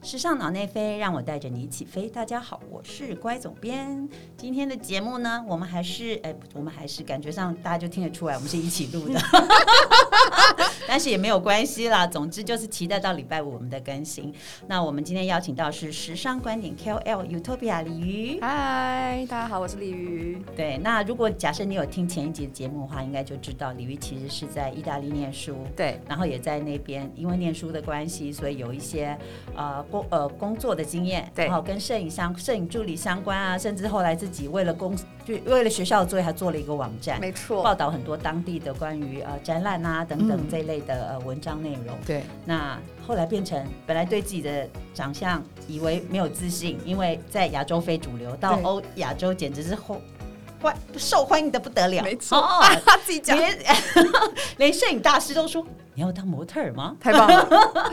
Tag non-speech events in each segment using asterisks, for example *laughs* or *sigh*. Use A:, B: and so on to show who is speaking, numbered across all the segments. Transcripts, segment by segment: A: 时尚脑内飞，让我带着你一起飞。大家好，我是乖总编。今天的节目呢，我们还是哎，我们还是感觉上大家就听得出来，我们是一起录的， *laughs* 但是也没有关系啦。总之就是期待到礼拜五我们的更新。那我们今天邀请到是时尚观点 KOL Utopia 鲤鱼。
B: 嗨，大家好，我是鲤鱼。
A: 对，那如果假设你有听前一集的节目的话，应该就知道鲤鱼其实是在意大利念书。
B: 对，
A: 然后也在那边，因为念书的关系，所以有一些呃工呃工作的经验，
B: 对
A: 然后跟摄影相摄影助理相关啊，甚至后来自己为了公就为了学校作业，还做了一个网站，
B: 没错。
A: 报道很多当地的关于呃展览啊等等
B: 嗯
A: 这一类的、呃文章内容。
B: 对，
A: 那后来变成本来对自己的长相以为没有自信，因为在亚洲非主流，到
B: 对
A: 欧亚洲简直是后欢受欢迎的不得了，
B: 没错
A: 哦
B: 他 *laughs* 自己讲，
A: 连 *laughs* 连摄影大师都说你要当模特儿吗？
B: 太棒 *laughs* 了。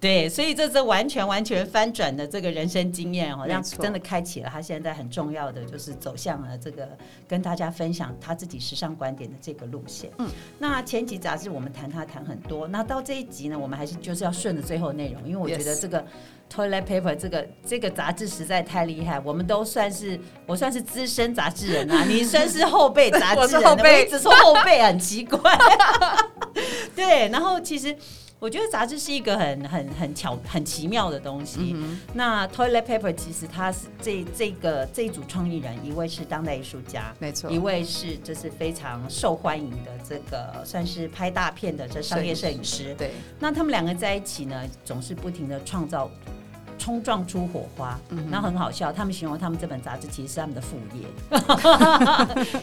A: 对，所以这是完全完全翻转的这个人生经验哦，
B: 没
A: 让
B: 错
A: 真的开启了他现在很重要的，就是走向了这个跟大家分享他自己时尚观点的这个路线。
B: 嗯，
A: 那前几杂志我们谈他谈很多，那到这一集呢，我们还是就是要顺着最后内容，因为我觉得
B: Yes
A: 这个 Toilet Paper 这个这个杂志实在太厉害，我们都算是我算是资深杂志人啊，你算是后辈杂
B: *laughs* 我
A: 志
B: 是
A: 人，
B: 后辈
A: 我一直说后辈很奇怪。对，然后其实我觉得杂志是一个很很很巧很奇妙的东西。那 Toilet Paper 其实它是这这个这一组创意人，一位是当代艺术家。
B: 没错
A: 一，位是就是非常受欢迎的这个算是拍大片的这商业摄影师，
B: 对，
A: 那他们两个在一起呢，总是不停的创造冲撞出火花，
B: 嗯
A: 然后很好笑。他们形容他们这本杂志其实是他们的副
B: *laughs*
A: 业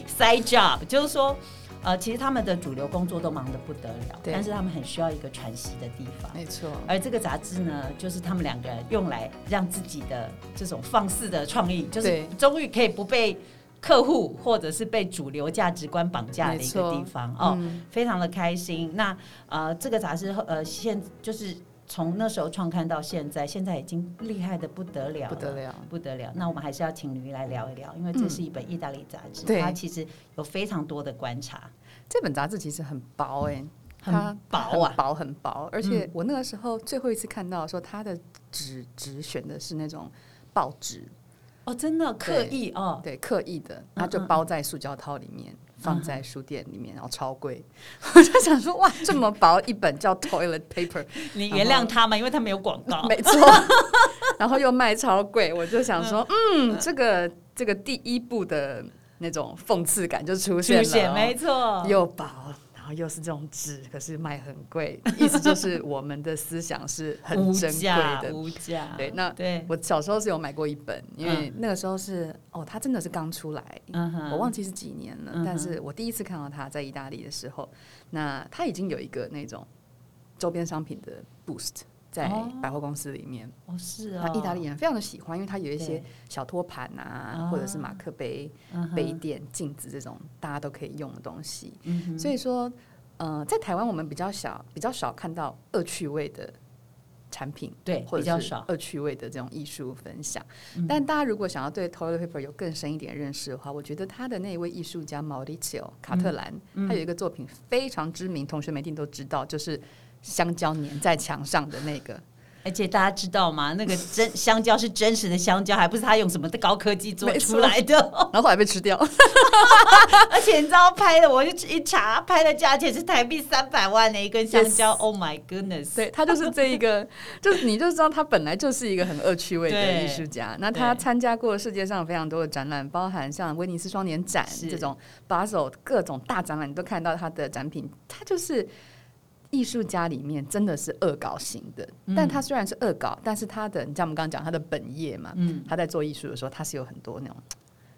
A: ，side job，就是说，呃，其实他们的主流工作都忙得不得了，
B: 对
A: 但是他们很需要一个喘息的地方。
B: 没错，
A: 而这个杂志呢，就是他们两个人用来让自己的这种放肆的创意，就是
B: 对
A: 终于可以不被客户或者是被主流价值观绑架的一个
B: 没错
A: 地方哦，
B: 嗯
A: 非常的开心。那呃，这个杂志呃，现就是从那时候创刊到现在，现在已经厉害的不得了，
B: 不得。了。
A: 不得了，那我们还是要请驴来聊一聊，因为这
B: 嗯
A: 是一本意大利杂志，
B: 对
A: 它其实有非常多的观察，
B: 这本杂志其实很薄哎、它
A: 很薄啊嗯
B: 很，薄很薄，而且我那个时候最后一次看到说它的纸纸选的是那种报纸，
A: 哦，真的刻
B: 对
A: 意哦，嗯
B: 对，刻意的，它就包在塑胶套里面，放在书店里面，然后超
A: *laughs*
B: 贵。我就想说，哇，这么薄一本叫 toilet paper，
A: 你原谅他们，因为他们有广
B: *laughs*
A: 告，*laughs*
B: 没错，然后又卖超贵，我就想说，嗯，这个这个第一步的那种讽刺感就出现
A: 出
B: 了，
A: 现
B: 哦
A: 没错，
B: 又薄。然后又是这种纸，可是卖很贵，意思就是我们的思想是很
A: 无
B: 珍贵
A: 价
B: 的。
A: 无价。
B: 对那
A: 对，
B: 我小时候是有买过一本，因为那个时候是哦，它真的是刚出来，
A: 嗯哼
B: 我忘记是几年了，
A: 嗯哼
B: 但是我第一次看到它在意大利的时候，那它已经有一个那种周边商品的 boost 在
A: 哦
B: 百货公司里面，
A: 哦是啊
B: 那，意大利人非常的喜欢，因为它有一些
A: 对
B: 小托盘啊，
A: 啊
B: 或者是马克杯、
A: 嗯哼
B: 杯垫、镜子这种大家都可以用的东西。
A: 嗯
B: 所以说，呃，在台湾我们比较少比较少看到恶趣味的产品，
A: 对
B: 或
A: 比
B: 者
A: 较
B: 是
A: 少，嗯
B: 恶趣味的这种艺术分享。但大家如果想要对 toilet paper 有更深一点认识的话，我觉得他的那一位艺术家
A: 嗯
B: Maurizio 卡特兰，他有一个作品非常知名，同学们一定都知道，就是香蕉粘在墙上的
A: *laughs*
B: 那个。
A: 而且大家知道吗？那个真香蕉是真实的香蕉，还不是他用什么高科技做
B: 没错
A: 出来的。
B: 然后后来被吃掉，
A: *laughs* 而且你知道拍的，我就一查拍的价钱是台币三百万的一根香蕉。Oh my goodness！
B: 对他就是这一个，就是你就知道他本来就是一个很恶趣味的
A: 对
B: 艺术家。那他
A: 对
B: 参加过世界上非常多的展览，包含像威尼斯双年展
A: 是
B: 这种把手各种大展览，你都看到他的展品。他就是艺术家里面真的是恶搞型的，
A: 嗯
B: 但他虽然是恶搞，但是他的你像我们刚刚讲他的本业嘛，
A: 嗯
B: 他在做艺术的时候，他是有很多那种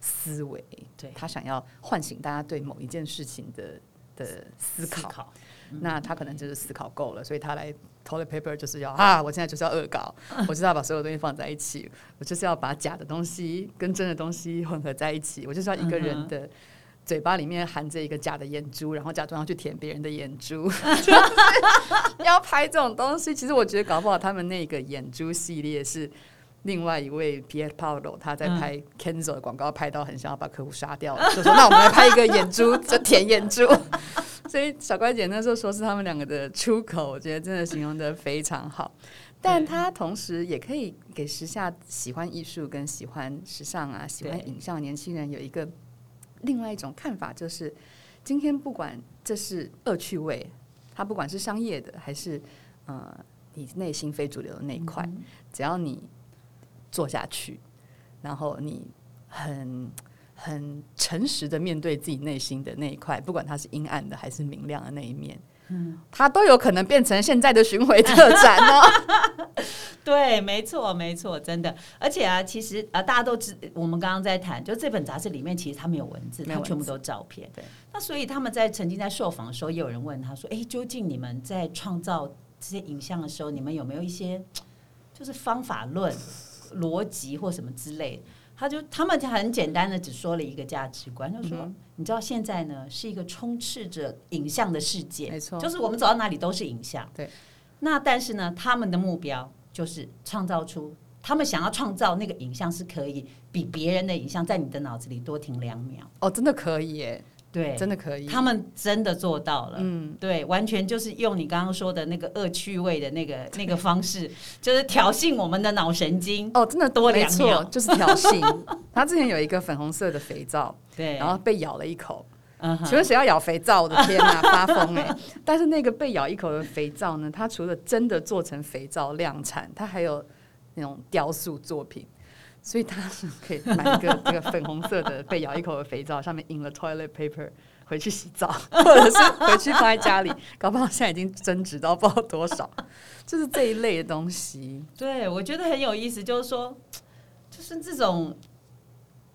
B: 思维，
A: 对
B: 他想要唤醒大家对某一件事情的的思考。那他可能就是思考够了，所以他来 toilet paper 就是要啊，我现在就是要恶搞，我就是要把所有东西放在一起，我就是要把假的东西跟真的东西混合在一起，我就是要一个人的嘴巴里面含着一个假的眼珠，然后假装要去舔别人的眼珠，就是要拍这种东西。其实我觉得搞不好他们那个眼珠系列是。另外一位 Pier Paolo，他在拍 Kenzo *laughs* 的广告，拍到很想要把客户杀掉，就说：“那我们来拍一个眼珠，就舔眼珠。” *laughs* 所以小乖姐那时候说是他们两个的出口，我觉得真的形容的非常好。但她同时也可以给时下喜欢艺术跟喜欢时尚啊、喜欢影像的年轻人有一个另外一种看法，就是今天不管这是恶趣味，它不管是商业的还是呃你内心非主流的那一块，只要你做下去，然后你很很诚实的面对自己内心的那一块，不管它是阴暗的还是明亮的那一面，嗯，它都有可能变成现在的巡回特展哦。
A: *laughs* 对，没错，没错，真的。而且啊，其实啊，大家都知，我们刚刚在谈，就这本杂志里面其实它没有文字，
B: 没有
A: 它
B: 文
A: 全部都照片。
B: 对。
A: 那所以他们在曾经在受访的时候，也有人问他说：“哎，究竟你们在创造这些影像的时候，你们有没有一些就是方法论、逻辑或什么之类的？”他就他们很简单的只说了一个价值观，就说、
B: 嗯
A: 你知道现在呢是一个充斥着影像的世界，
B: 没错
A: 就是我们走到哪里都是影像。
B: 对，
A: 那但是呢，他们的目标就是创造出他们想要创造那个影像是可以比别人的影像在你的脑子里多停两秒。
B: 哦，真的可以耶，
A: 对，
B: 真的可以。
A: 他们真的做到了。
B: 嗯，
A: 对，完全就是用你刚刚说的那个恶趣味的那个那个方式，就是挑衅我们的脑神经。
B: 哦，真的
A: 多
B: 没
A: 两
B: 错
A: 秒，
B: 就是挑衅。
A: *laughs*
B: 他之前有一个粉红色的肥皂，
A: 对，
B: 然后被咬了一口。
A: 嗯哼
B: 请问谁要咬肥皂？我的天呐，发疯哎、 *laughs* 但是那个被咬一口的肥皂呢，它除了真的做成肥皂量产，它还有那种雕塑作品，所以它是可以买一个这个粉红色的被咬一口的肥皂，上面印了 toilet paper。回去洗澡，或者是回去放在家里，搞不好现在已经增值到不知道多少，就是这一类的东西。
A: 对，我觉得很有意思，就是说，就是这种，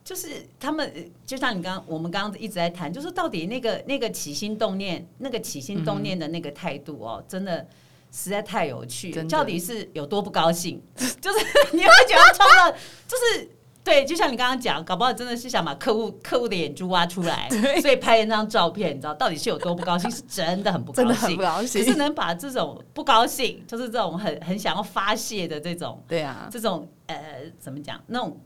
A: 就是他们呃就像你刚我们刚刚一直在谈，就是到底那个那个起心动念，那个起心动念的那个态度哦，真的。实在太有趣了，
B: 真的
A: 到底是有多不高兴？ *laughs* 就是你会觉得创造，就是对，就像你刚刚讲，搞不好真的是想把客户客户的眼珠挖出来，所以拍一张照片，你知道到底是有多不高兴？是真的很不高
B: 真
A: 兴，
B: 的很不高
A: 只
B: 兴
A: 是。能把这种不高兴，就是这种很很想要发泄的这种
B: 对啊，
A: 这种呃，怎么讲那种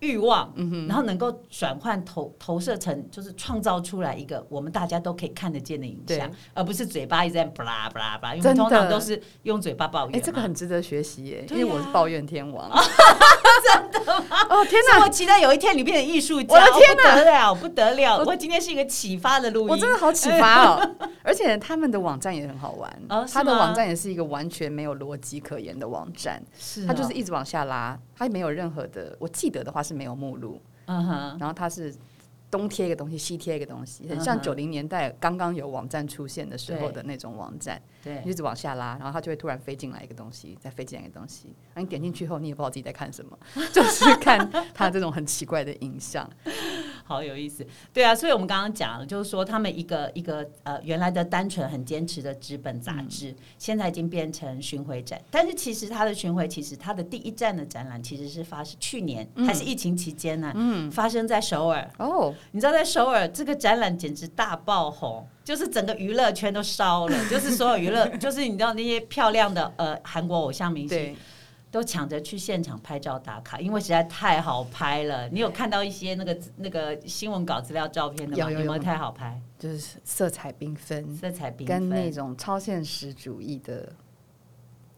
A: 欲望，
B: 嗯
A: 然后能够转换投投射成，就是创造出来一个我们大家都可以看得见的影像
B: 对，
A: 而不是嘴巴一直在布拉布拉布拉，因为
B: 真的
A: 通常都是用嘴巴抱
B: 哎、
A: 怨嘛。
B: 这个很值得学习耶、因
A: 对
B: 为我是
A: 呀
B: 抱怨天王。真的吗？哦天哪
A: 所以，我期待有一天你变成艺术家，
B: 我的天
A: 哪，不得了，不得了！
B: 我
A: 我今天是一个启发的录
B: 我
A: 音
B: 真，的好启发哦！
A: *laughs*
B: 而且他们的网站也很好玩，
A: 哦是
B: 他的
A: 吗
B: 网站也是一个完全没有逻辑可言的网站，
A: 是
B: 它
A: 哦
B: 就是一直往下拉，它没有任何的，我记得的话是没有目录，
A: 嗯哼，
B: 然后它是东贴一个东西，西贴一个东西，很
A: 嗯
B: 像
A: 哼
B: 九零年代刚刚有网站出现的时候
A: 对
B: 的那种网站，
A: 对
B: 你一直往下拉，然后它就会突然飞进来一个东西，再飞进来一个东西，然后你点进去后，你也不知道自己在看什么， *laughs* 就是看它这种很奇怪的影像，
A: *laughs* 好有意思，对啊，所以我们刚刚讲了，就是说他们一个一个呃原来的单纯很坚持的纸本杂志，现在已经变成巡回展。但是其实它的巡回，其实它的第一站的展览其实是发生去年、还是疫情期间呢、嗯，发生在首尔。 *laughs*
B: 哦，
A: 你知道在首尔这个展览简直大爆红，就是整个娱乐圈都烧了，就是所有娱乐， *laughs* 就是你知道那些漂亮的呃韩国偶像明星
B: 对。
A: 都抢着去现场拍照打卡，因为实在太好拍了。你有看到一些那个那个新闻稿资料照片的吗？
B: 有有有
A: 没有太好拍？
B: 就是色彩缤纷，
A: 色彩缤
B: 跟那
A: 纷，
B: 种超现实主义的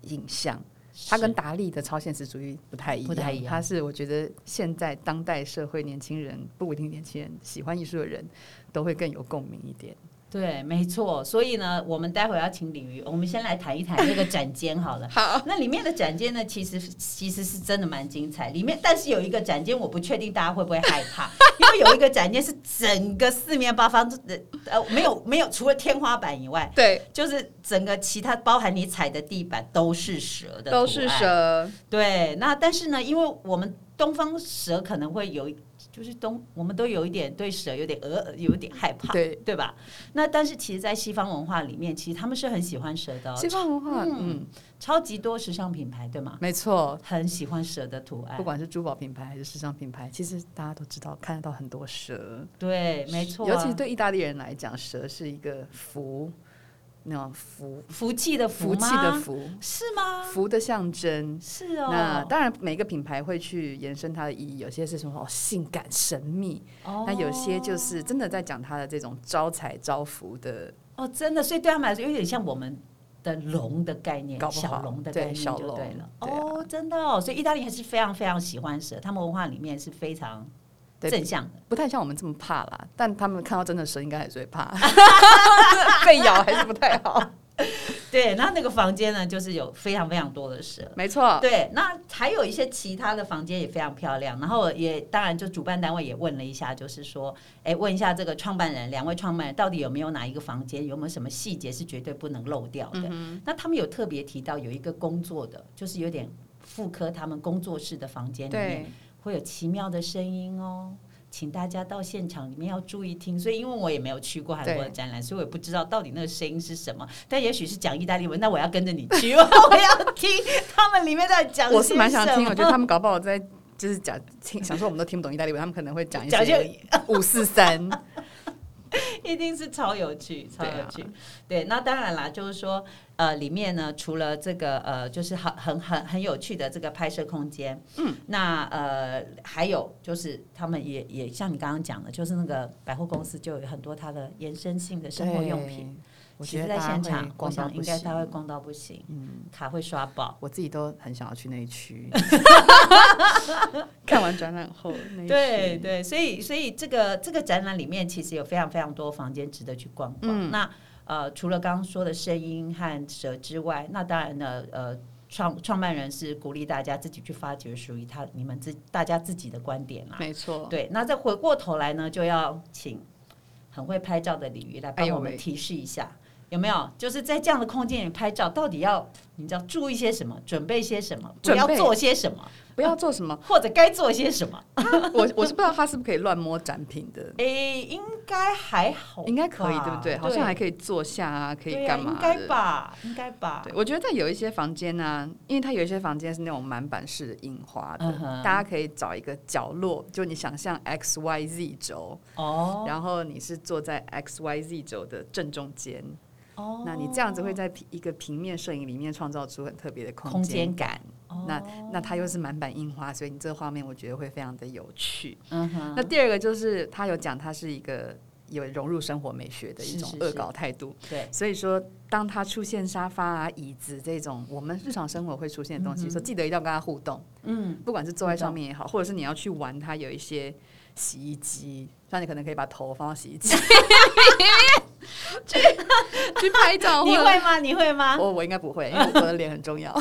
B: 影像，它跟达利的超现实主义不太一样，
A: 不太一样
B: 它是我觉得现在当代社会年轻人，不一定年轻人喜欢艺术的人都会更有共鸣一点。
A: 对，没错。所以呢，我们待会儿要请鲤鱼，我们先来谈一谈那个展间好了。好，那里面的展间呢，其实其实是真的蛮精彩。里面但是有一个展间，我不确定大家会不会害怕， *laughs* 因为有一个展间是整个四面八方，呃呃，没有没有，除了天花板以外，
B: 对，
A: 就是整个其他包含你踩的地板都是蛇的，。
B: 蛇，
A: 对，那但是呢，因为我们东方蛇可能会有一，就是东，我们都有一点对蛇有点呃，有点害怕，
B: 对
A: 对吧？那但是其实，在西方文化里面，其实他们是很喜欢蛇的、哦，
B: 西方文化，
A: 嗯
B: 嗯，
A: 超级多时尚品牌，对吗？
B: 没错。
A: 很喜欢蛇的图案
B: 不，管是珠宝品牌还是时尚品牌，其实大家都知道看得到很多蛇，
A: 对，没错、啊，
B: 尤其对意大利人来讲，蛇是一个福，那种福
A: 福气的
B: 福气
A: 吗
B: 的福，
A: 是吗？
B: 福的象征。
A: 是哦，
B: 那当然，每个品牌会去延伸它的意义，有些是什么、哦性感神秘，
A: 哦
B: 那有些就是真的在讲它的这种招财招福的
A: 哦，真的，所以对他们来说有点像我们的龙的概念
B: 搞，不好
A: 小龙的概念
B: 对小
A: 就
B: 龙
A: 对了。
B: 对啊
A: 哦，真的哦，所以意大利还是非常非常喜欢蛇，他们文化里面是非常
B: 对
A: 正向的。
B: 不太像我们这么怕啦，但他们看到真的蛇应该还是
A: *laughs*
B: 会怕，被咬还是不太好。
A: 对，然后那个房间呢，就是有非常非常多的蛇。
B: 没错，
A: 对，那还有一些其他的房间也非常漂亮，然后也当然就主办单位也问了一下，就是说，哎，问一下这个创办人，两位创办人到底有没有哪一个房间，有没有什么细节是绝对不能漏掉的？那他们有特别提到有一个工作的，就是有点妇科他们工作室的房间里面
B: 对，
A: 会有奇妙的声音哦。请大家到现场里面要注意听，所以因为我也没有去过韩国的
B: 对
A: 展览，所以我也不知道到底那个声音是什么。但也许是讲意大利文，那我要跟着你去， *laughs* 我要听他们里面在讲些什么。
B: 我是蛮想听，我觉得他们搞不好在就是讲听，想说我们都听不懂意大利文，他们可能会讲一
A: 讲一
B: 些
A: 些
B: 五四三，
A: *laughs* 一定是超有趣，超
B: 对啊
A: 有趣。对，那当然啦，就是说，呃，里面呢，除了这个呃，就是很很很很有趣的这个拍摄空间，嗯，那呃，还有就是他们也也像你刚刚讲的，就是那个百货公司就有很多它的延伸性 *laughs* 的生活用品。
B: 对。我
A: 其
B: 觉
A: 实在
B: 得大家
A: 现
B: 会
A: 场，我
B: 逛到
A: 想
B: 不
A: 应该他会
B: 行嗯
A: 逛到不行，卡会刷爆。
B: 我自己都很想要去那一区。 *laughs* 看完展览后，那一区
A: 对对，所以所以这个这个展览里面其实有非常非常多房间值得去逛逛。
B: 嗯
A: 那呃，除了刚刚说的声音和蛇之外，那当然呢，呃，创创办人是鼓励大家自己去发掘属于他你们自大家自己的观点啦。
B: 没错，
A: 对，那再回过头来呢，就要请很会拍照的鲤鱼来帮
B: 哎呦
A: 我们
B: 喂
A: 提示一下。有没有就是在这样的空间里拍照，到底要你知道注意些什么，准备些什么，不
B: 准
A: 要
B: 备
A: 做些什么，
B: 不要做什么。
A: 或者该做些什么？
B: *laughs* 我我是不知道他是不是可以乱摸展品的，
A: 诶、应该还好，
B: 应该可以，对哦不对？好像还可以坐下啊，可
A: 可
B: 以干嘛
A: 应该
B: 的？
A: 吧，应该吧。
B: 对，我觉得在有一些房间呢、啊因为它有一些房间是那种满版式的印花的
A: 嗯哼
B: 大家可以找一个角落，就你想象 X Y Z 轴
A: 哦
B: 然后你是坐在 X Y Z 轴的正中间
A: 哦，
B: 那你这样子会在平一个平面摄影里面创造出很特别的
A: 空间
B: 间
A: 感，
B: 那那它又是满版印花，所以你这个画面我觉得会非常的有趣。
A: 嗯哼，
B: 那第二个就是他有讲，他是一个有融入生活美学的一
A: 是
B: 种
A: 是是
B: 恶搞态度。
A: 对，
B: 所以说，当他出现沙发啊、椅子这种我们日常生活会出现的东西，说记得一定要跟他互动，
A: 嗯，
B: 不管是坐在上面也好，或者是你要去玩，它有一些洗衣机，那你可能可以把头放到洗
A: *laughs*
B: 衣机 *laughs* 去去拍照，
A: 你
B: 或者
A: 会吗？你会吗？
B: 我我应该不会，因为我的脸很重
A: *laughs*
B: 要。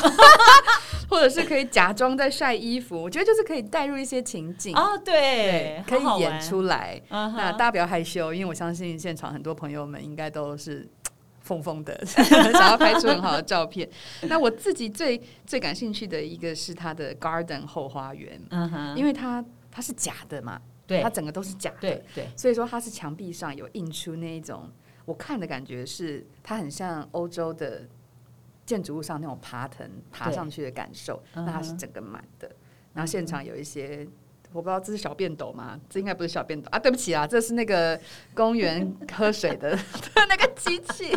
B: 或者是可以假装在晒衣服，我觉得就是可以带入一些情景，
A: 哦，对，
B: 可
A: 好好
B: 以演
A: 玩。
B: 出来。
A: 嗯
B: 那
A: 哼，
B: 大家不要害羞，因为我相信现场很多朋友们应该都是疯
A: *laughs*
B: 疯的，想要拍出很好的照片。那我自己最最感兴趣的一个是它的 garden 后花园，
A: 嗯哼，
B: 因为它它是假的嘛，
A: 对
B: 它整个都是假的，
A: 对对，
B: 所以说它是墙壁上有印出那一种，我看的感觉是它很像欧洲的建筑物上那种爬藤爬
A: 对
B: 上去的感受，
A: 嗯哼
B: 那它是整个满
A: 嗯
B: 的，然后现场有一些。我不知道这是小便斗吗？这应该不是小便斗啊！对不起啊，这是那个公园喝水的 *laughs* 的那个机器，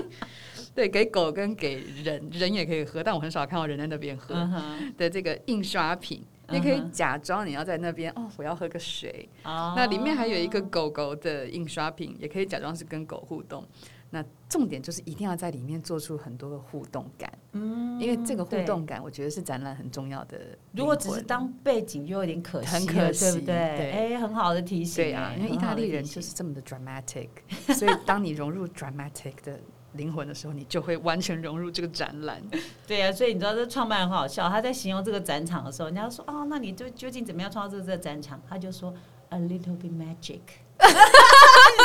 B: 对，给狗跟给人，人也可以喝，但我很少看到人在那边喝。
A: 嗯哼，
B: 的这个印刷品，你可以
A: 嗯哼
B: 假装你要在那边哦，我要喝个水，
A: 哦，
B: 那里面还有一个狗狗的印刷品，也可以假装是跟狗互动。那重点就是一定要在里面做出很多的互动感，
A: 嗯
B: 因为这个互。动感，我觉得是展览很重要的
A: 对如
B: 灵魂。
A: 果只是当背景，就有点可惜了，
B: 很可惜
A: 对不对？
B: 对
A: 哎，很好的提醒，
B: 对啊
A: 哎，
B: 因为意
A: 很好
B: 大
A: 的
B: 利
A: 提
B: 人
A: 醒
B: 就是这么的 dramatic，所以当你融入 dramatic 的灵魂的时候，你就会完全融入这个展
A: *laughs*
B: 览。
A: 对啊，所以你知道这创办人很好笑，他在形容这个展场的时候，人家说哦，那你就究竟怎么样创造这个展场？他就说 a little bit magic。你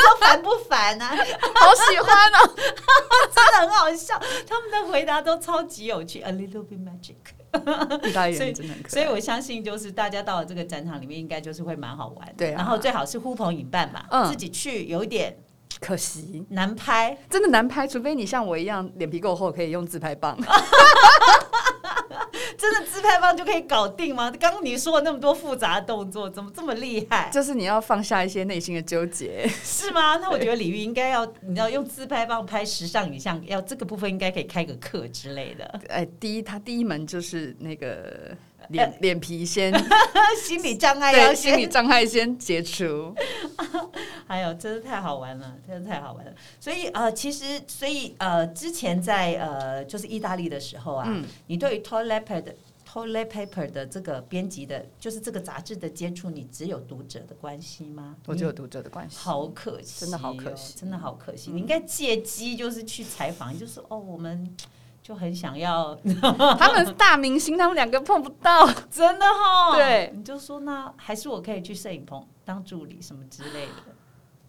A: *laughs* 说烦不烦啊？
B: 好喜欢哦！
A: 真的很好笑，他们的回答都超级有趣，a little bit magic。
B: 哦
A: *laughs*
B: 意大利
A: 所以
B: 人真的很可
A: 所以
B: 爱。
A: 我相信，就是大家到了这个展场里面，应该就是会蛮好玩的。
B: 对啊
A: 然后最好是呼朋引伴吧，
B: 嗯
A: 自己去有一点
B: 可惜，
A: 难拍，
B: 真的难拍，除非你像我一样脸皮够厚，可以用自拍棒。 *laughs*
A: 真的自拍棒就可以搞定吗？刚刚你说了那么多复杂的动作，怎么这么厉害？
B: 就是你要放下一些内心的纠结。
A: 是吗？那我觉得李玉应该要，你知道用自拍棒拍时尚影像，
B: 啊
A: 要这个部分应该可以开个课之类的。
B: 哎，第一，他第一门就是那个脸脸皮 *laughs* 先，
A: 心理障碍要
B: 对心
A: 先
B: 理障碍先解除。
A: 还有，真是太好玩了，真是太好玩了。所以呃，其实所以呃，之前在呃，就是意大利的时候啊，
B: 嗯
A: 你对于 toilet paper 的 toilet paper 的这个编辑的，就是这个杂志的接触，你只有读者的关系吗？
B: *laughs* 我就有读者的关
A: 你
B: 系，
A: 好可惜、哦
B: 真的好可惜，嗯
A: 真的好可惜。你应该借机就是去采访，就是哦，我们就很想要，
B: 嗯他们是大明星，他们两个碰不到。
A: 真的哈、
B: 对，
A: 你就说那还是我可以去摄影棚当助理什么之类的。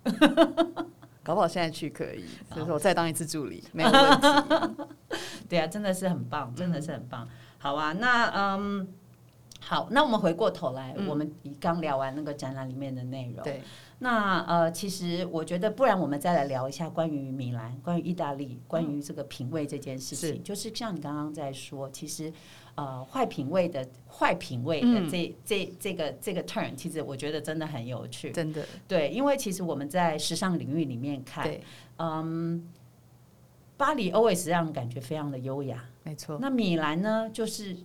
B: *laughs* 搞不好现在去可以，所以说我再当一次助理没有问题。
A: 对啊，真的是很
B: 嗯
A: 棒，真的是很棒。好啊，那嗯，好，那我们回过头来，
B: 嗯
A: 我们刚聊完那个展览里面的内容。
B: *laughs* 对，
A: 那呃，其实我觉得，不然我们再来聊一下关于米兰、关于意大利、关于这个品味这件事情。就是像你刚刚在说，其实呃，坏品味的坏品味的
B: 嗯
A: 这、这这个这个 turn，其实我觉得真的很有趣。
B: 真的
A: 对，因为其实我们在时尚领域里面看，
B: 对，
A: 嗯，巴黎 always 让人感觉非常的优雅。
B: 没错。
A: 那米兰呢，就是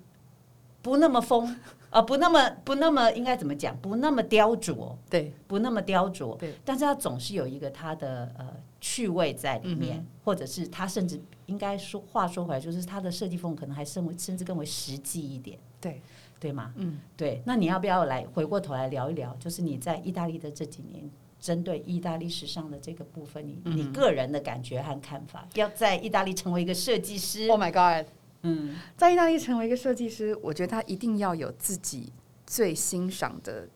A: 不那么疯，呃，不那么不那么应该怎么讲？不那么雕琢，
B: 对，
A: 不那么雕琢，
B: 对。
A: 但是它总是有一个它的呃趣味在
B: 嗯
A: 里面，或者是它甚至应该说话说回来，就是它的设计风格可能还甚为甚至更为实际一点，
B: 对
A: 对吗？
B: 嗯，
A: 对。那你要不要来回过头来聊一聊？就是你在意大利的这几年。针对意大利时尚的这个部分，你
B: 嗯
A: 你个人的感觉和看法，要在意大利成为一个设计师，
B: Oh my god！
A: 嗯，
B: 在意大利成为一个设计师，我觉得他一定要有自己最欣赏的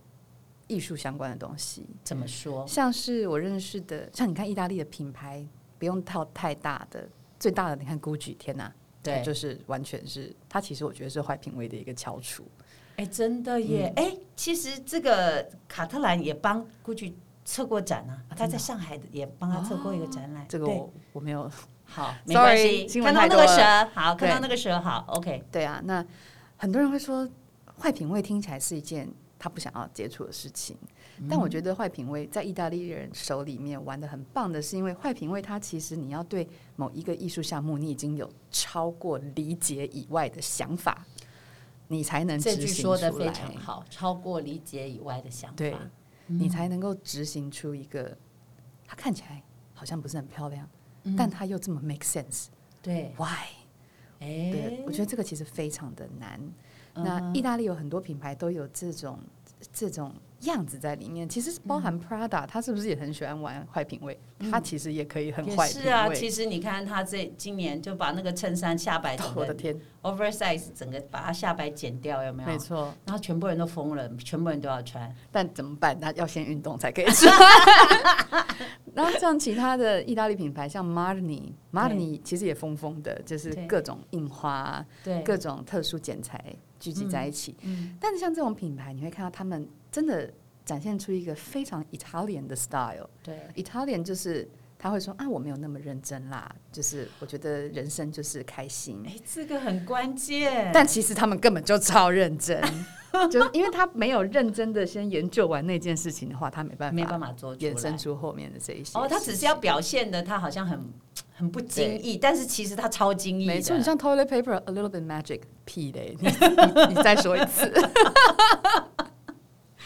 B: 艺术相关的东西，
A: 怎么说？
B: 像是我认识的，像你看意大利的品牌，不用套太大的，最大的你看 GUCCI，天哪，
A: 对，
B: 就是完全是它，其实我觉得是坏品味的一个翘楚。
A: 哎、真的耶！
B: 嗯
A: 哎、其实这个卡特兰也帮 GUCCI 策过展啊，他在上海的也帮他策过一个展览。
B: 哦这个
A: 哎对
B: 我我没有
A: 好，没
B: Sorry，
A: 关系。
B: 新
A: 看
B: 闻
A: 到那
B: 太多
A: 个
B: 了
A: 蛇，好，看
B: 对
A: 到那个蛇，好，OK。
B: 对啊，那很多人会说，坏品味听起来是一件他不想要接触的事情，
A: 嗯
B: 但我觉得坏品味在意大利人手里面玩的很棒的，是因为坏品味它其实你要对某一个艺术项目，你已经有超过理解以外的想法，你才能
A: 这句
B: 执行
A: 说的
B: 出
A: 非
B: 来
A: 常好，超过理解以外的想法。
B: 对，你才能够执行出一个，它看起来好像不是很漂亮，但它又这么 make sense。
A: 对，
B: Why？
A: 哎、
B: 对，我觉得这个其实非常的难。那意大利有很多品牌都有这种这种样子在里面，其实包含 Prada，它是不是也很喜欢玩坏品味？它其实也可以很
A: 也
B: 坏品
A: 是啊。
B: 味。
A: 其实你看他这今年就把那个衬衫下摆整
B: 我 *laughs*
A: 个
B: 的天，
A: oversize 整个把它下摆剪掉，有没有？
B: 没错，
A: 然后全部人都疯了，全部人都要穿。
B: 但怎么办？那要先运动才可以
A: *laughs*
B: 穿。然后像其他的意大利品牌，像 Marni，Marni 其实也疯疯的，就是
A: 对
B: 各种印花啊、
A: 对，
B: 各种特殊剪裁聚集在一起。
A: 嗯
B: 但是像这种品牌，你会看到他们真的展现出一个非常 Italian 的 style。
A: 对。
B: Italian 就是他会说啊，我没有那么认真啦，就是我觉得人生就是开心。
A: 哎、这个很关键。
B: 但其实他们根本就超认真， *laughs* 就是因为他没有认真的先研究完那件事情的话，他没办
A: 没
B: 法
A: 办法做出来
B: 衍生出后面的这一些。
A: 哦，他只是要。表现的，他好像很很不经意，但是其实他超经意的。
B: 没错，你像 toilet paper a little bit magic，屁嘞！ *laughs* 你你你再说一次，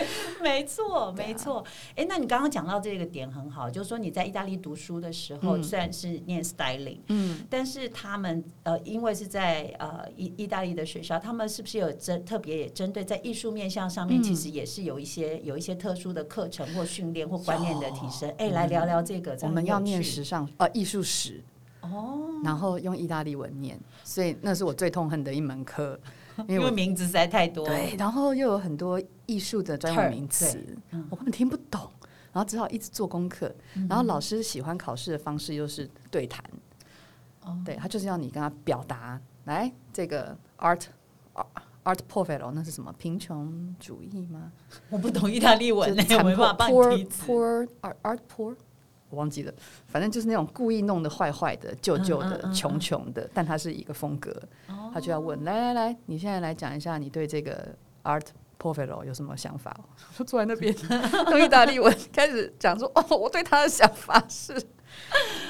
B: *laughs*
A: *laughs* 没错，
B: 对啊
A: 没错。哎、那你刚刚讲到这个点很好，就是说你在意大利读书的时
B: 嗯
A: 候，虽然是念 styling，嗯，但是他们呃，因为是在呃意意大利的学校，他们是不是有针特别也针对在艺术面向上面，其
B: 嗯
A: 实也是有一些、有一些特殊的课程或训练或观念的提升？哎、来聊聊这个，这
B: 我
A: 很
B: 们要
A: 有
B: 念
A: 趣
B: 时尚呃艺术史哦，然后用意大利文念，所以那是我最痛恨的一门课，因为
A: 因
B: 我
A: 为名字实在太多，
B: 对，然后又有很多艺术的专
A: Term，
B: 有名词
A: 对，嗯
B: 我根本听不懂，然后只好一直做功课。然后老师喜欢考试的方式又是对谈，
A: 哦
B: 对他就是要你跟他表达，来这个 art art- art povero 那是什么贫穷主义吗？
A: 我不懂意大利文
B: 就，
A: 我
B: 残
A: 没
B: 破
A: 办法帮你
B: poor
A: 提词。
B: poor art art poor，我忘记了，反正就是那种故意弄得坏坏的、旧旧
A: 嗯嗯
B: 的、
A: 嗯
B: 穷穷的，但它是一个风格。他就要问，来来来，你现在来讲一下你对这个 art Povero 有什么想法？我 *laughs* 就坐在那边用意大利文开始讲说，哦，我对他的想法是，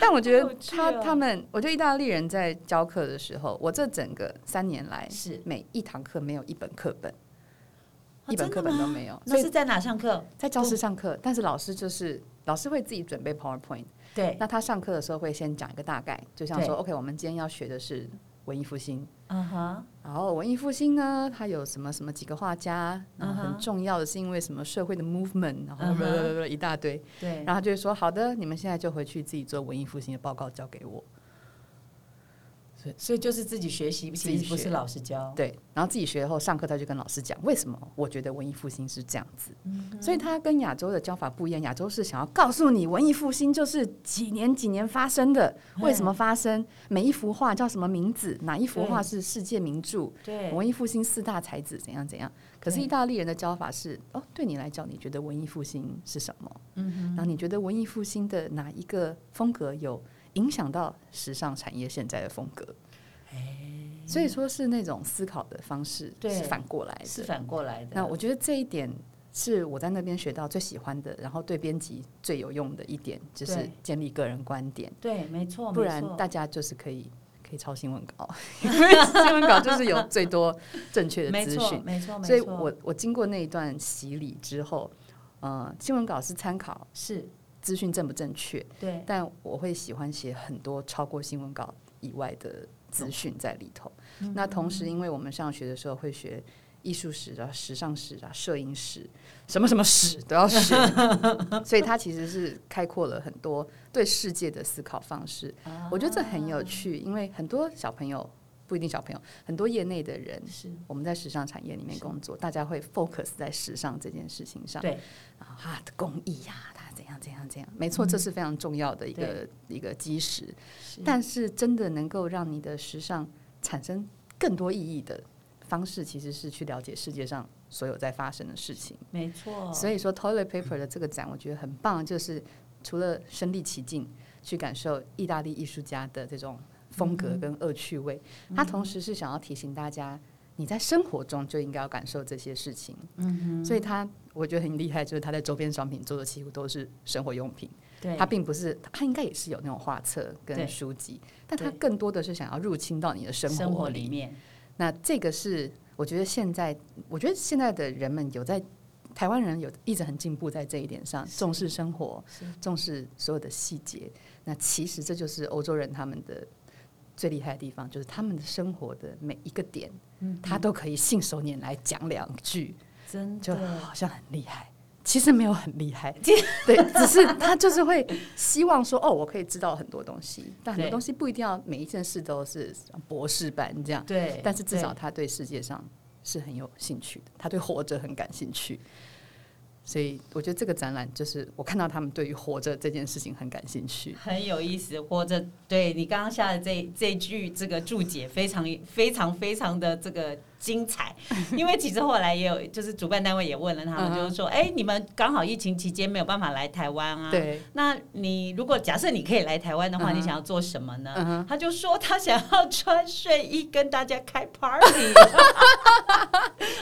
B: 但我觉
C: 好
B: 得
C: 有趣
B: 他、
C: 哦
B: 他们，我觉得意大利人在教课的时候，我这整个三年来
A: 是
B: 每一堂课没有一本课本，
A: 啊
B: 一本
A: 真的
B: 课本都
A: 吗
B: 没有，所
A: 那
B: 以
A: 是在哪上课？
B: 在教室上课，但是老师就是老师会自己准备 PowerPoint。
A: 对，
B: 那他上课的时候会先讲一个大概，就像
A: 对
B: 说，OK，我们今天要学的是文艺复兴。
A: 嗯哼，
B: 然后文艺复兴呢，它有什么什么几个画家，然后
A: 嗯
B: 很
A: 哼
B: 重要的是因为什么社会的 movement，然后
A: 嗯哼
B: 不不不不一大堆，
A: 对
B: 然，后他就会说好的，你们现在就回去自己做文艺复兴的报告交给我，
A: 所以所以就是自己学习，
B: 自己
A: 其实不
B: 学
A: 是老师教。
B: 对，然后自己学后上课他就跟老师讲为什么我觉得文艺复兴是这样子，所以他跟亚洲的教法不一样，亚洲是想要告诉你文艺复兴就是几年几年发生的，为什么发生，每一幅画叫什么名字，哪一幅画
A: 对
B: 是世界名著，
A: 对，
B: 文艺复兴四大才子怎样怎样。可是
A: 对
B: 意大利人的教法是哦，对你来讲，你觉得文艺复兴是什么？嗯，然后你觉得文艺复兴的哪一个风格有影响到时尚产业现在的风格？所以说是那种思考的方式
A: 哎对
B: 是反过来
A: 是
B: 的。
A: 反过来的。
B: 那我觉得这一点是我在那边学到最喜欢的，然后对编辑最有用的一点，就是
A: 对
B: 建立个人观点。
A: 对，没错，
B: 不
A: 哦没
B: 然
A: 错
B: 大家就是可以可以抄新闻稿， *laughs* 因为
A: *laughs*
B: 新闻稿就是有最多正确的
A: 没
B: 资
A: 错，
B: 讯。
A: 没错，没错。
B: 所以我我经过那一段洗礼之后，呃，新闻稿是参考
A: 是
B: 资讯正不正确，
A: 对，
B: 但我会喜欢写很多超过新闻稿以外的资讯在里头。
A: 嗯
B: 那同时，因为我们上学的时候会学。艺术史啊，时尚史啊，摄影史，什么什么史都
A: *laughs*
B: 要学，所以它其实是开阔了很多对世界的思考方式。
A: 啊
B: 我觉得这很有趣，因为很多小朋友不一定小朋友，很多业内的人，
A: 是
B: 我们在时尚产业里面工作，大家会 focus 在时尚这件事情上。
A: 对，
B: 然后啊，工艺呀、它怎样怎样怎样，没错，这是非常重要的一个一个基石。
A: 是
B: 但是真的能够让你的时尚产生更多意义的方式，其实是去了解世界上所有在发生的事情。
A: 没错，
B: 所以说，Toilet Paper 的这个展，我觉得很棒，就是除了身临其境去感受意大利艺术家的这种风
A: 嗯
B: 格跟恶趣味，它同时是想要提醒大家，你在生活中就应该要感受这些事情。嗯所以它我觉得很厉害，就是它在周边商品做的几乎都是生活用品，
A: 对
B: 它并不是，它应该也是有那种画册
A: 对
B: 跟书籍，但它
A: 对
B: 更多的是想要入侵到你的生
A: 生
B: 活
A: 活
B: 里
A: 里面
B: 那这个是我觉得现在，我觉得现在的人们有在台湾人有一直很进步在这一点上，重视生活，重视所有的细节。那其实这就是欧洲人他们的最厉害的地方，就是他们的生活的每一个点，他都可以信手拈来讲两句，
A: 真
B: 就
A: 的
B: 好像很厉害。其实没有很厉害， *laughs* 对，只是他就是会希望说，哦，我可以知道很多东西，但很多
A: 对
B: 东西不一定要每一件事都是博士班这样。
A: 对，
B: 但是至
A: 对
B: 少他对世界上是很有兴趣的，他对活着很感兴趣。所以我觉得这个展览就是我看到他们对于活着这件事情很感兴趣。
A: 很有意思，或者对你刚刚下的这这句这个注解非常非常非常的这个精
B: *laughs*
A: 彩，因为其实后来也有就是主办单位也问了他
B: 嗯
A: 们，
B: 哼
A: 就是说，哎、你们刚好疫情期间没有办法来台湾啊，，
B: 对，
A: 那你如果假设你可以来台湾的话，
B: 嗯哼
A: 你想要做什么呢？
B: 嗯哼
A: 他就说他想要穿睡衣跟大家开
B: *laughs*
A: party，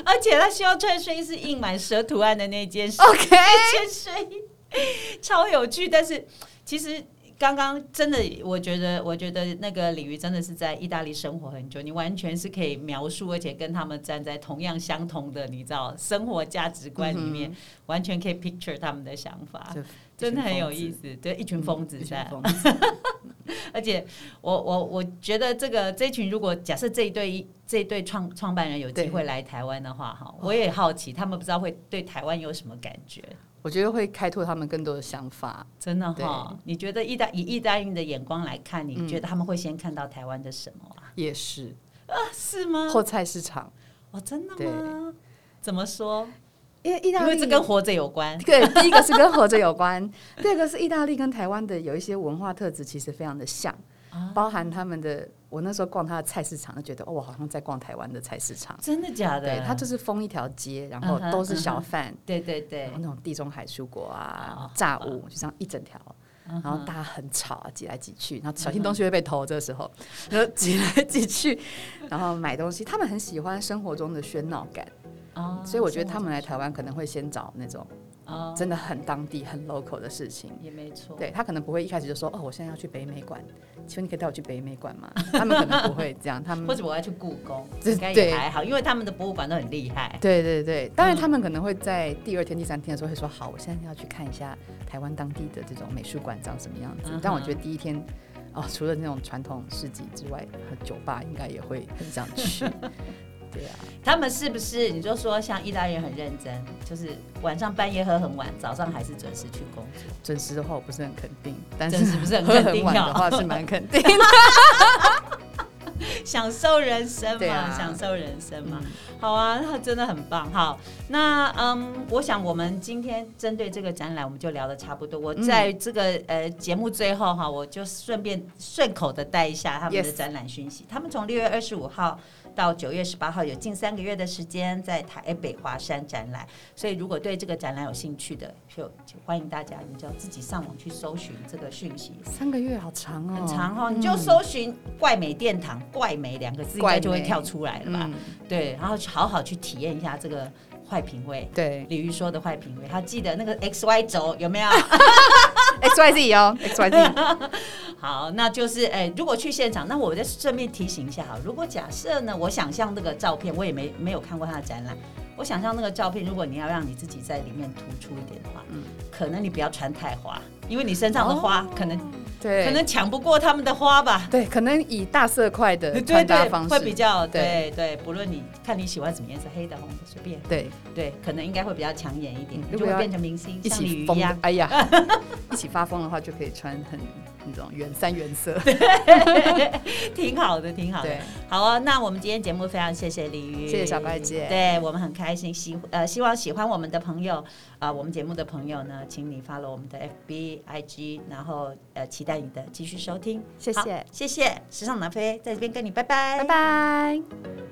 A: 而且他希望穿睡衣是印满蛇图案的那件事
B: *laughs* OK
A: 那件睡衣超有趣。但是其实刚刚真的，我觉得，我觉得那个鲤鱼真的是在意大利生活很久，你完全是可以描述，而且跟他们站在同样相同的，你知道生活价值观里
B: 嗯
A: 面，完全可以 picture 他们的想法。
B: 就
A: 真的很有
B: 一
A: 意
B: 群嗯
A: 思，对，一群疯子
B: 一群
A: 在，
B: 疯子
A: 而且我我我觉得这个这群如果假设这一对这一对创创办人有机
B: 对
A: 会来台湾的话，哈，我也好奇他们不知道会对台湾有什么感觉，
B: 我觉得会开拓他们更多的想法。
A: 真的
B: 对
A: 哈、你觉得意大以意大利人的眼光来看，你
B: 嗯
A: 觉得他们会先看到台湾的什么啊？
B: 夜市
A: 啊是吗？
B: 或菜市场，
A: 哦，真的
B: 对
A: 吗？怎么说？
B: 因为意
A: 因
B: 大
A: 为
B: 利
A: 这跟活着有关，
B: *laughs* 对，第一个是跟活着有 *laughs* 关，第二个是意大利跟台湾的有一些文化特质其实非常的像，包含他们的。我那时候逛他的菜市场，就觉得哦，我好像在逛台湾的菜市场。
A: 真的假的？
B: 对，它就是封一条街，然后
A: 嗯哼
B: 都
A: 嗯
B: 是
A: 哼
B: 小贩，
A: 对对对
B: 然后那种地中海蔬果啊
A: 哦、嗯
B: 炸物，就这样一整条。然后大家很吵啊，挤来挤去，然后小心东西会被偷。这时候， *laughs* 然后挤来挤去，然后买东西，他们很喜欢生活中的喧闹感，
A: 哦
B: 所以我觉得他们来台湾可能会先找那种
A: 哦，
B: 真的很当地、很 local 的事情。
A: 也没错，
B: 对他可能不会一开始就说哦，我现在要去北美馆，请问你可以带我去北美馆吗？他们可能不会这样，他们
A: 或者我要去故宫，
B: 这
A: 应该也
B: 对
A: 还好，因为他们的博物馆都很厉害。
B: 对对对，当然
A: 嗯
B: 他们可能会在第二天、第三天的时候会说：“好，我现在要去看一下台湾当地的这种美术馆长什么样子。
A: 嗯哼
B: 但我觉得第一天，哦，除了那种传统市集之外，酒吧应该也会很想
A: *laughs*
B: 去。对啊，
A: 他们是不是你就说像意大利人很认真，就是晚上半夜喝很晚，早上还是准时去工
B: *laughs*
A: 作，
B: 准时的话我不是很肯定，但
A: 准
B: 是
A: 时不是很
B: 喝
A: 肯
B: *laughs* 很
A: 定
B: 晚
A: 啊
B: 的话是蛮肯定。
A: 享受人生嘛，
B: 对啊
A: 享受人生嘛。
B: 嗯
A: 好啊，那真的很棒。好，那嗯，我想我们今天针对这个展览，我们就聊的差不多。我
B: 嗯
A: 在这个、呃节目最后哈，我就顺便顺口的带一下他们的
B: Yes
A: 展览讯息。他们从六月二十五号到九月十八号，有近三个月的时间在台北华山展览。所以如果对这个展览有兴趣的，就就欢迎大家，你就自己上网去搜寻这个讯息。
B: 三个月好长哦，
A: 很长哦，
B: 嗯
A: 你就搜寻“怪美殿堂”“怪美”两个字，应该就会
B: 怪美
A: 跳出来了吧？
B: 嗯
A: 对，然后好好去体验一下这个坏品味。
B: 对
A: 鲤鱼说的坏品味，他记得那个 X Y 轴有
B: *laughs*
A: 没有？
B: ，X Y Z 哦，X Y Z，
A: 好，那就是哎、如果去现场，那我再顺便提醒一下哈，如果假设呢，我想象那个照片，我也没没有看过他的展览，我想象那个照片，如果你要让你自己在里面突出一点的话，嗯
B: 嗯，哦
A: 可能你不要穿太花，因为你身上的花、可能 *laughs*
B: 对，
A: 可能抢不过他们的花吧。
B: 对，可能以大色块的
A: 对
B: 穿搭
A: 对，
B: 方式
A: 会比较对对，
B: 对
A: 不论你看你喜欢什么颜色，黑的、红的，随便，
B: 对
A: 对，可能应该会比较抢眼一点，
B: 嗯
A: 你就
B: 如果
A: 会
B: 要
A: 变成明星，
B: 一
A: 像鲤
B: 起
A: 鱼
B: 疯
A: 一样
B: 的，。哎呀， *laughs* 一起发疯的话就可以穿很那种原三原色。
A: *laughs* 挺好的，挺好的。
B: 对，
A: 好哦，那我们今天节目非常谢谢李鱼，
B: 谢谢小白姐
A: 对我们很开心。喜呃，希望喜欢我们的朋友，啊，我们节目的朋友呢，请你 follow 我们的 FB、IG，然后呃，期待你的继续收听。
B: 谢
A: 好
B: 谢，
A: 谢谢，时尚南飞在这边跟你拜拜，
B: 拜。拜。